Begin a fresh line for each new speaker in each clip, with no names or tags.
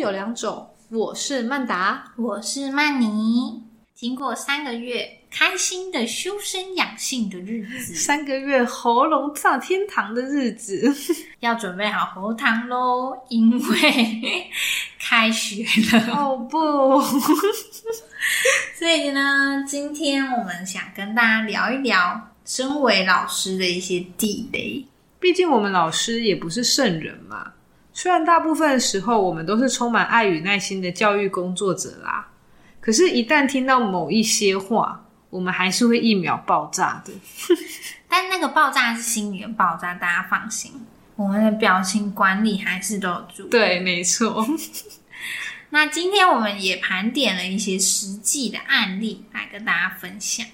有两种，我是曼达，
我是曼妮。经过三个月开心的修身养性的日子，
三个月喉咙上天堂的日子，
要准备好喉糖喽，因为开学 了。
哦不，
所以呢，今天我们想跟大家聊一聊身为老师的一些地雷。
毕竟我们老师也不是圣人嘛。虽然大部分的时候我们都是充满爱与耐心的教育工作者啦，可是，一旦听到某一些话，我们还是会一秒爆炸的。
但那个爆炸是心理的爆炸，大家放心，我们的表情管理还是都有注意。
对，没错。
那今天我们也盘点了一些实际的案例来跟大家分享。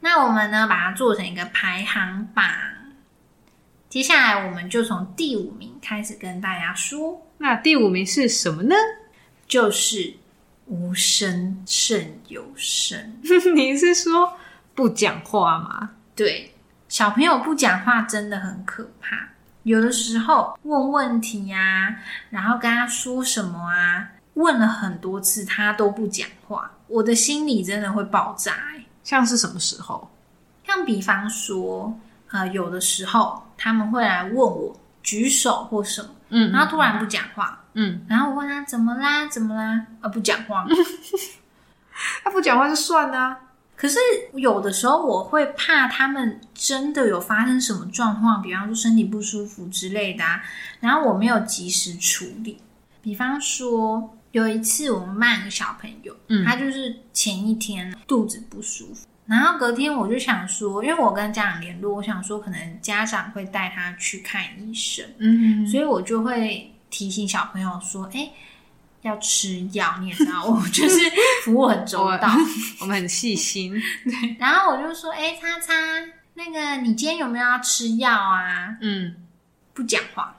那我们呢，把它做成一个排行榜。接下来我们就从第五名开始跟大家说，
那第五名是什么呢？
就是无声胜有声。
你是说不讲话吗？
对，小朋友不讲话真的很可怕。有的时候问问题呀、然后跟他说什么啊，问了很多次他都不讲话，我的心里真的会爆炸、欸。
像是什么时候？
像比方说，呃，有的时候他们会来问我举手或什么，
嗯
然后突然不讲话，
嗯，
然后我问他怎么啦，怎么啦，啊，不讲话。
他啊不讲话就算啊啦、
可是有的时候我会怕他们真的有发生什么状况，比方说身体不舒服之类的、啊，然后我没有及时处理。比方说有一次我们班有个小朋友，
嗯
他就是前一天肚子不舒服，然后隔天我就想说，因为我跟家长联络，我想说可能家长会带他去看医生，
嗯，
所以我就会提醒小朋友说，哎、要吃药，你也知道，我就是服务很周到。
我们很细心。
然后我就说：“哎、叉叉，那个你今天有没有要吃药啊
嗯，？”
不讲话。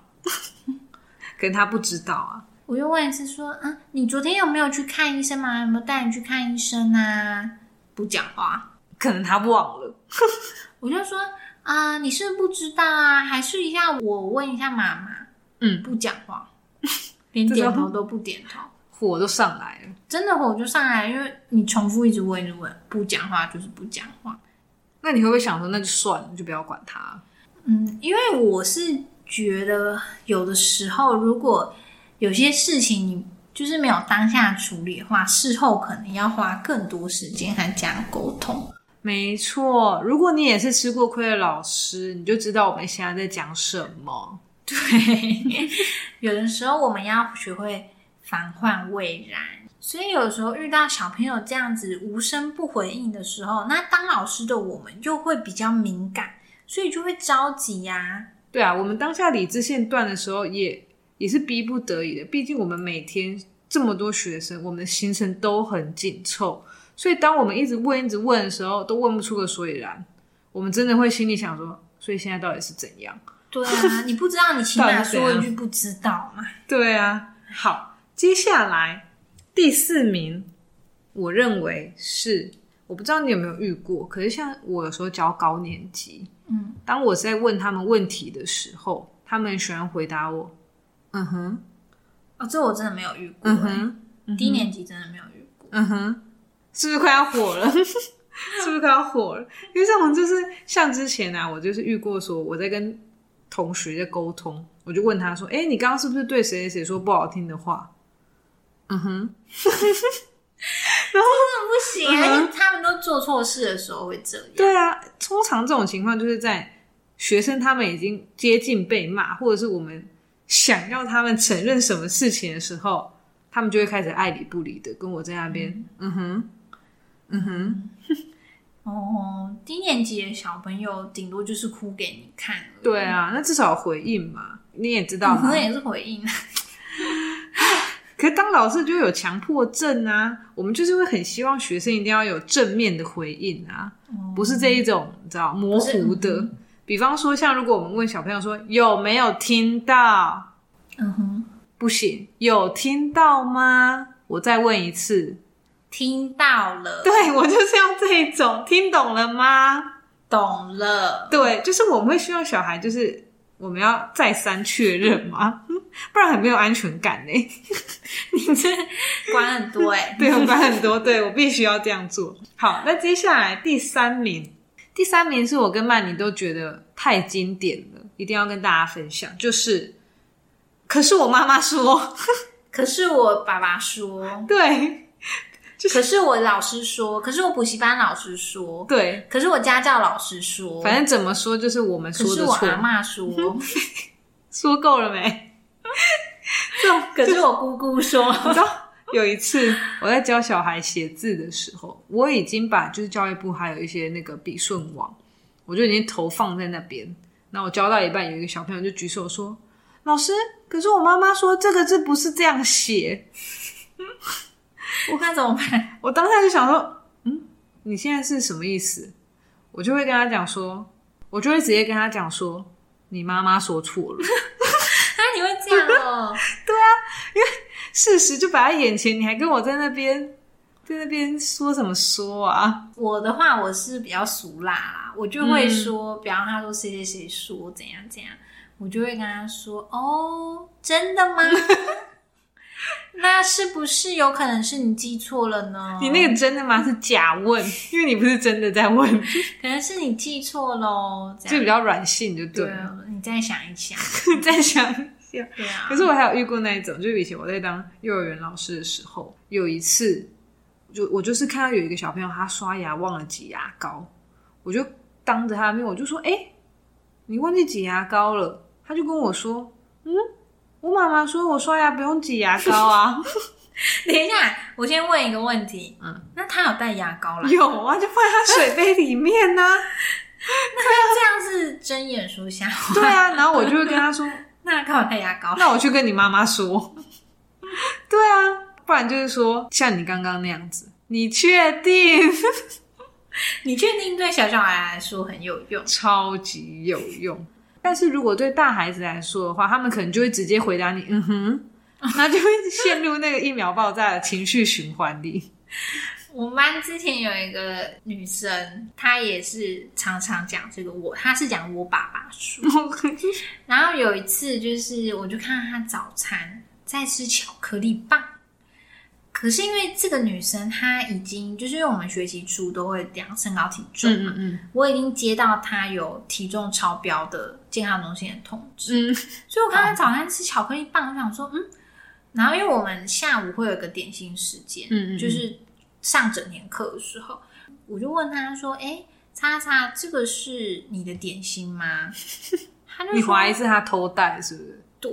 可是他不知道啊。
我又问一次说：“啊，你昨天有没有去看医生吗？有没有带你去看医生啊？”不讲话。
可能他忘了。
我就说：“啊、你是不是不知道啊？还是一下我问一下妈妈。”
嗯，
不讲话，连
这
点
种
头都不点头。
火都上来了。
真的，我就上来，因为你重复一直问，一直问，不讲话就是不讲话。
那你会不会想说，那就算了，就不要管他？
嗯，因为我是觉得有的时候，如果有些事情你就是没有当下处理的话，事后可能要花更多时间和家人沟通。
没错，如果你也是吃过亏的老师，你就知道我们现在在讲什么。
对， 有的时候我们要学会防患未然。所以有时候遇到小朋友这样子无声不回应的时候，那当老师的我们又会比较敏感，所以就会着急呀、
对啊，我们当下理智线断的时候也也是逼不得已的，毕竟我们每天这么多学生，我们的行程都很紧凑，所以当我们一直问、一直问的时候，都问不出个所以然。我们真的会心里想说，所以现在到底是怎样？
对啊，你不知道，你起
到
码
底是怎
说一
样
句不知道嘛。
对啊，好，接下来第四名，我认为是我不知道你有没有遇过，可是像我有时候教高年级，
嗯，
当我在问他们问题的时候，他们喜欢回答我，嗯哼，
哦，这我真的没有遇过、欸
嗯哼，
低年级真的没有遇过。
嗯哼，是不是快要火 了？是不是快要火了？因为这种就是像之前啊，我就是遇过说我在跟同学在沟通，我就问他说：“哎、你刚刚是不是对谁谁谁说不好听的话？”嗯哼，
真的不行、啊，因为他们都做错事的时候会这样。
对啊，通常这种情况就是在学生他们已经接近被骂，或者是我们想要他们承认什么事情的时候，他们就会开始爱理不理的跟我在那边，嗯哼，嗯哼，
哦，低年级的小朋友顶多就是哭给你看而已。嗯
对啊，那至少有回应嘛，你也知道
嗯，可
嘛。
能也是回应。
可是当老师就有强迫症啊，我们就是会很希望学生一定要有正面的回应啊，不是这一种你知道模糊
不是
的。比方说，像如果我们问小朋友说有没有听到，
嗯哼，
不行，有听到吗？我再问一 次，
听到了，
对我就是要这一种，听懂了吗？
懂了。
对，就是我们会希望小孩，就是我们要再三确认嘛。 不然很没有安全感呢、
你这管很多 哎、
对，我管很多，对我必须要这样做。好，那接下来第三名，第三名是我跟曼妮都觉得太经典了，一定要跟大家分享，就是。可是我妈妈 说，
可是我爸 爸说，
对
可是我老师说，可是我补习班老师说，
对，
可是我家教老师说，
反正怎么说就是我们
可
说
是
的
我阿
错。嗯
嬷说，
说够了没？这种
可是我姑 姑说，
你知道有一次我在教小孩写字的时候，我已经把就是教育部还有一些那个笔顺网，我就已经投放在那边。那我教到一半，有一个小朋友就举手说：“老师，可是我妈妈说这个字不是这样写。
我那怎么办？”
我当下就想说：“嗯，你现在是什么意思？”我就会跟他讲说，我就会直接跟他讲说：“你妈妈说错了。”
啊，你会这样哦、
事实就摆在眼前，你还跟我在那边在那边说什么说啊？
我的话，我是比较俗辣啦，我就
嗯
会说，比方他说谁谁谁说怎样怎样，我就会跟他说，哦，真的吗？ 那是不是有可能是你记错了呢？
你那个真的吗？是假问，因为你不是真的在问，
可能是你记错喽，这
就比
样
较软性，就对
对啊
了。，
你再想一想，
再想一下，
对啊。
可是我还有遇过那一种，就是以前我在当幼儿园老师的时候，有一次，就我就是看到有一个小朋友他刷牙忘了挤牙膏，我就当着他的面我就说：“哎、你忘记挤牙膏了。”他就跟我说：“嗯，我妈妈说我刷牙不用挤牙膏啊。”
等一下，我先问一个问题，
嗯，
那他有带牙膏啦？
有啊，就放在他水杯里面呐、
那这样是睁眼说瞎话。
对啊，然后我就会跟他说，
那干嘛带牙膏？
那我去跟你妈妈说。对啊，不然就是说像你刚刚那样子，你确定？
你确定对小小孩来说很有用？
超级有用。但是如果对大孩子来说的话，他们可能就会直接回答你，嗯哼，那就会陷入那个疫苗爆炸的情绪循环里。
我们班之前有一个女生，她也是常常讲这个我，她是讲我爸爸说。
嗯
然后有一次就是，我就看到她早餐在吃巧克力棒，可是因为这个女生她已经就是因为我们学期初都会量身高体重嘛，
嗯
我已经接到她有体重超标的健康中心的通知，
嗯
所以我看她早餐吃巧克力棒，我想说嗯，然后因为我们下午会有一个点心时间，
嗯
就是上整年课的时候，我就问他说：“哎、叉叉，这个是你的点 心吗？”他就
你怀疑
说
是他偷带是不是？：“
对。”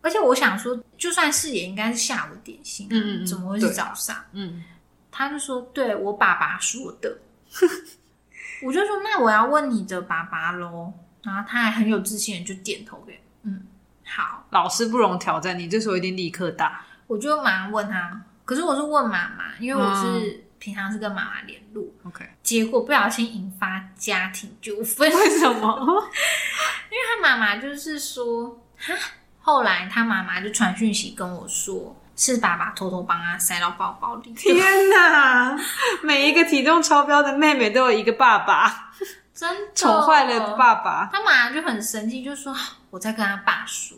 而且我想说，就算是也应该是下午点心、啊，
嗯嗯嗯
怎么会是
对
早上？
嗯，
他就说：“对我爸爸说的。” 我就说：“那我要问你的爸爸喽。”然后他还很有自信的就点头给，嗯，好，
老师不容挑战，你这时候一定立刻打。
我就马上问他。可是我是问妈妈，因为我是、
嗯
平常是跟妈妈联络，
OK，
结果不小心引发家庭纠 纷。
为什么？
他妈妈就是说，哈，后来他妈妈就传讯息跟我说，是爸爸偷偷帮他塞到包包里，
天 哪！每一个体重超标的妹妹都有一个爸爸，
真的
宠坏了。爸爸，
他妈妈就很生气，就说我在跟他爸说，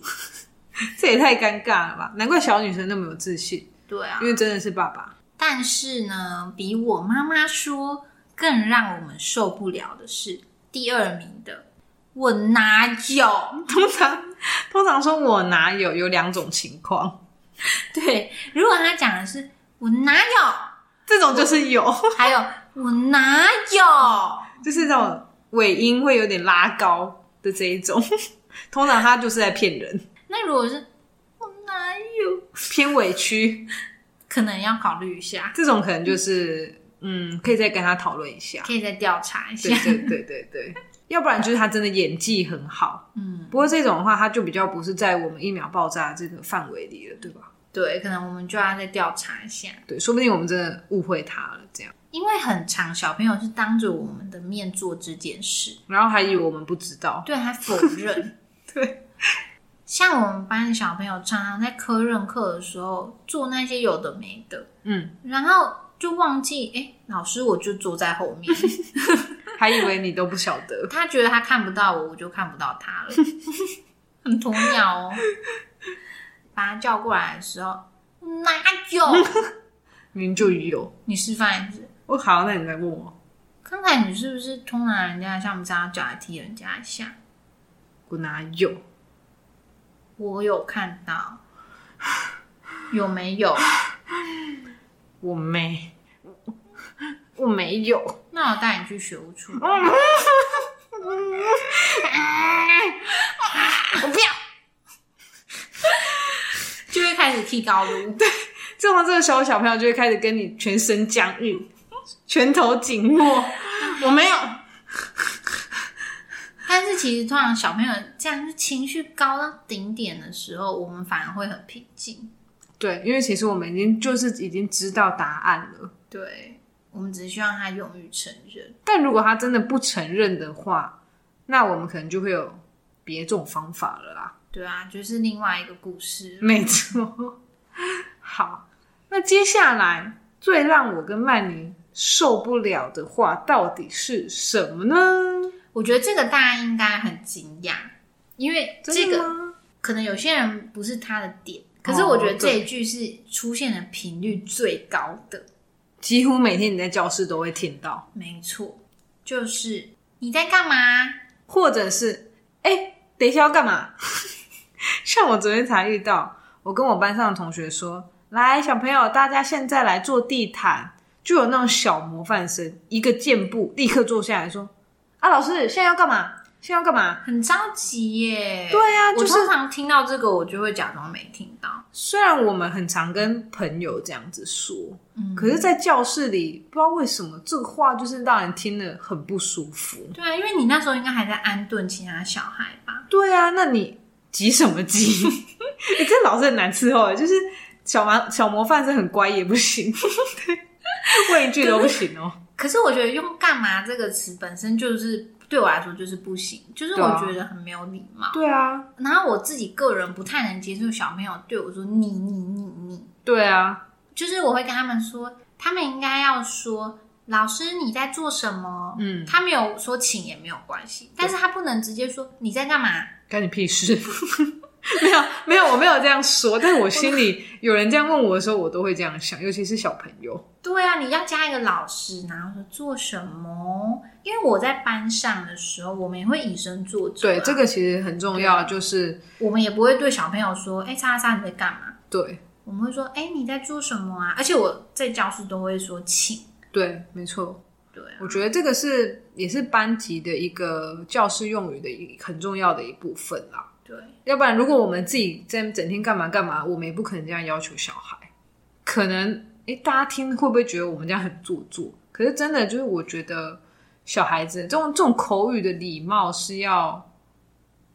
这也太尴尬了吧？难怪小女生那么有自信，
对啊
因，为真的是爸爸。
但是呢，比我妈妈说更让我们受不了的是第二名的，我哪有？
通常通常说我哪有有两种情况，
对，如果他讲的是我哪有，
这种就是有，
还有我哪有。
就是那种尾音会有点拉高的这一种，通常他就是在骗人，
那如果是我哪有，
偏委屈，
可能要考虑一下，
这种可能就是嗯，可以再跟他讨论一下。
可以再调查一下
对。对对对对，要不然就是他真的演技很好。
嗯，
不过这种的话，它就比较不是在我们疫苗爆炸这个范围里了，对吧？
对，可能我们就要再调查一下，
对，说不定我们真的误会他了，这样，
因为很长小朋友是当着我们的面做这件事，
然后还以为我们不知道。
对他否认。
对，
像我们班的小朋友常常在科任课的时候做那些有的没的，
嗯，
然后就忘记，哎，老师我就坐在后面，
还以为你都不晓得。
他 觉得他看不到我，我就看不到他了，很鸵鸟哦。把他叫过来的时候，哪有？
明明就有。
你示范一次。
我好，那你来问我，
看看你是不是偷拿人家的橡皮擦，脚还踢人家一下？
我哪有？
我有看到，有没有？
我没，我没有。嗯
那我带你去学务 处。
我不要。
就会开始踢高撸。
这种这个时候，小朋友就会开始跟你全身僵硬，拳头紧握。我没有，
但是其实通常小朋友这样就情绪高到顶点的时候，我们反而会很平静。
对，因为其实我们已经就是已经知道答案了。
对，我们只是希望他勇于承认。
但如果他真的不承认的话，那我们可能就会有别种方法了啦。
对啊，就是另外一个故事。
没错。好，那接下来最让我跟曼妮受不了的话到底是什么呢？
我觉得这个大家应该很惊讶，因为这
真的
个
吗
可能有些人不是他的点，可是我觉得这一句是出现的频率最高的。
几乎每天你在教室都会听到，
没错，就是你在干嘛？
或者是哎、等一下要干嘛？ 像我昨天才遇到，我跟我班上的同学说，来小朋友，大家现在来做地毯，就有那种小模范生，一个箭步立刻坐下来说，啊，老师现在要干嘛？现在要干嘛？
很着急耶。
对啊
我
就是
通常听到这个，我就会假装没听到。
虽然我们很常跟朋友这样子说，
嗯，
可是，在教室里，不知道为什么这个话就是让人听了很不舒服。
对啊，因为你那时候应该还在安顿其他小孩吧？
对啊，那你急什么 急？欸、这老师很难伺候欸，就是小麻小模范生很乖也不行， 对啊问一句都不行哦、
可是我觉得用“干嘛”这个词本身就是对我来说就是不行，就是
对
我
啊
觉得很没有礼貌。
对啊，
然后我自己个人不太能接受小朋友对我说“你你你你
对啊，”，
就是我会跟他们说，他们应该要说“老师你在做什么”。
嗯，
他没有说请也没有关系，但是他不能直接说你在干嘛，
干你屁事。 没有没有，我没有这样说，但我心里有人这样问我的时候，我都会这样想，尤其是小朋友。
对啊，你要加一个老师，然后说做什么？因为我在班上的时候，我们也会以身作则啊、
对，这个其实很重要，就是
我们也不会对小朋友说：“哎，叉叉叉，你在干嘛
对？”
我们会说：“哎，你在做什么啊？”而且我在教室都会说“请
对，没错。”，
对啊，
我觉得这个是也是班级的一个教师用语的一很重要的一部分啦。
对，
要不然，如果我们自己在整天干嘛干嘛，我们也不可能这样要求小孩。可能诶，大家听会不会觉得我们这样很做作？可是真的就是，我觉得小孩子这种这种口语的礼貌是要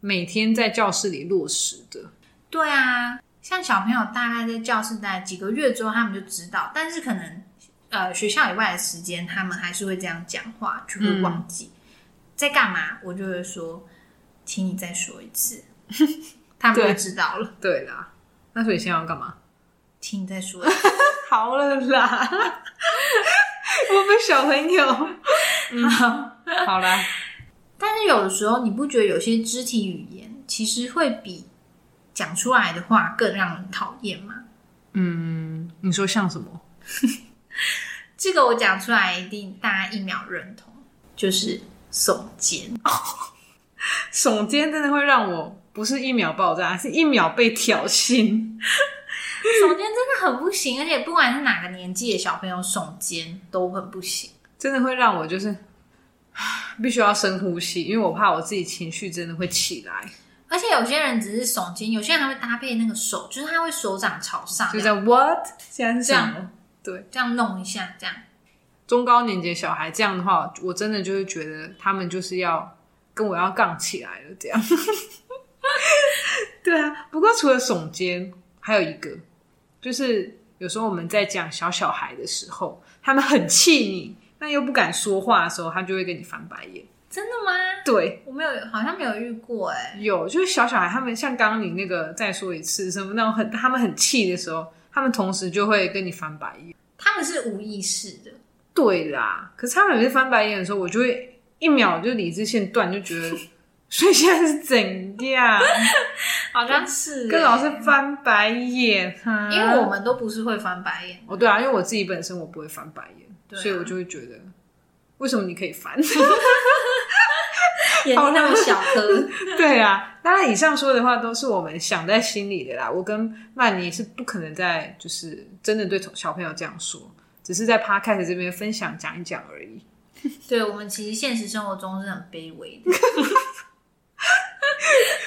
每天在教室里落实的。
对啊。像小朋友大概在教室待几个月之后，他们就知道，但是可能呃学校以外的时间，他们还是会这样讲话，就会忘记、在干嘛。我就会说：“请你再说一次。”他们就
对
知道了。
对啦，那所以现在要干嘛？
请你再说一次。
好了啦， 我们小朋友， 嗯，好啦。
但是有的时候，你不觉得有些肢体语言其实会比讲出来的话更让人讨厌吗？
嗯，你说像什么？
这个我讲出来一定大家一秒认同，就是耸肩。
耸肩真的会让我不是一秒爆炸，是一秒被挑衅。
耸肩真的很不行，而且不管是哪个年纪的小朋友，耸肩都很不行。
真的会让我就是 唉必须要深呼吸，因为我怕我自己情绪真的会起来，
而且有些人只是耸肩，有些人还会搭配那个手，就是他会手掌朝上，
就
这
在
样
what 现在是
这
什
样
么？对，
这样弄一下，这样。
中高年级的小孩这样的话，我真的就会觉得他们就是要跟我要杠起来了这样。 对啊，不过除了耸肩，还有一个就是有时候我们在讲小小孩的时候，他们很气你，但又不敢说话的时候，他就会跟你翻白眼。
真的吗？
对，
我没有，好像没有遇过哎、
有就是小小孩他们像刚刚你那个再说一次什么那种很他们很气的时候，他们同时就会跟你翻白眼。
他们是无意识的。
对啦，可是他每次翻白眼的时候，我就会一秒就理智线断，就觉得所以现在是怎样？
好像是欸
跟老师翻白眼哈？
因为我们都不是会翻白眼，
哦，对啊，因为我自己本身我不会翻白眼，
对啊
所以我就会觉得，为什么你可以翻？
眼睛那么小颗，
对啊，当然以上说的话都是我们想在心里的啦。我跟曼妮是不可能在就是真的对小朋友这样说，只是在 podcast 这边分享讲一讲而已。
对我们其实现实生活中是很卑微的。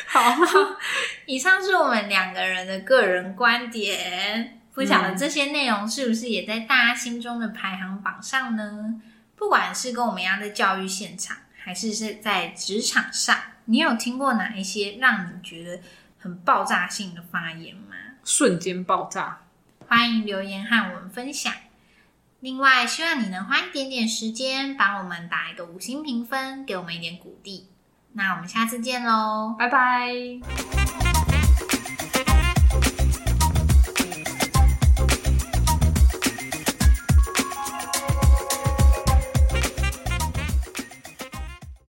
好，
以上是我们两个人的个人观点，不晓得这些内容是不是也在大家心中的排行榜上呢？不管是跟我们一样在教育现场，还是是在职场上，你有听过哪一些让你觉得很爆炸性的发言吗？
瞬间爆炸，
欢迎留言和我们分享。另外，希望你能花一点点时间帮我们打一个五星评分，给我们一点鼓励。那我们下次见喽，
拜拜。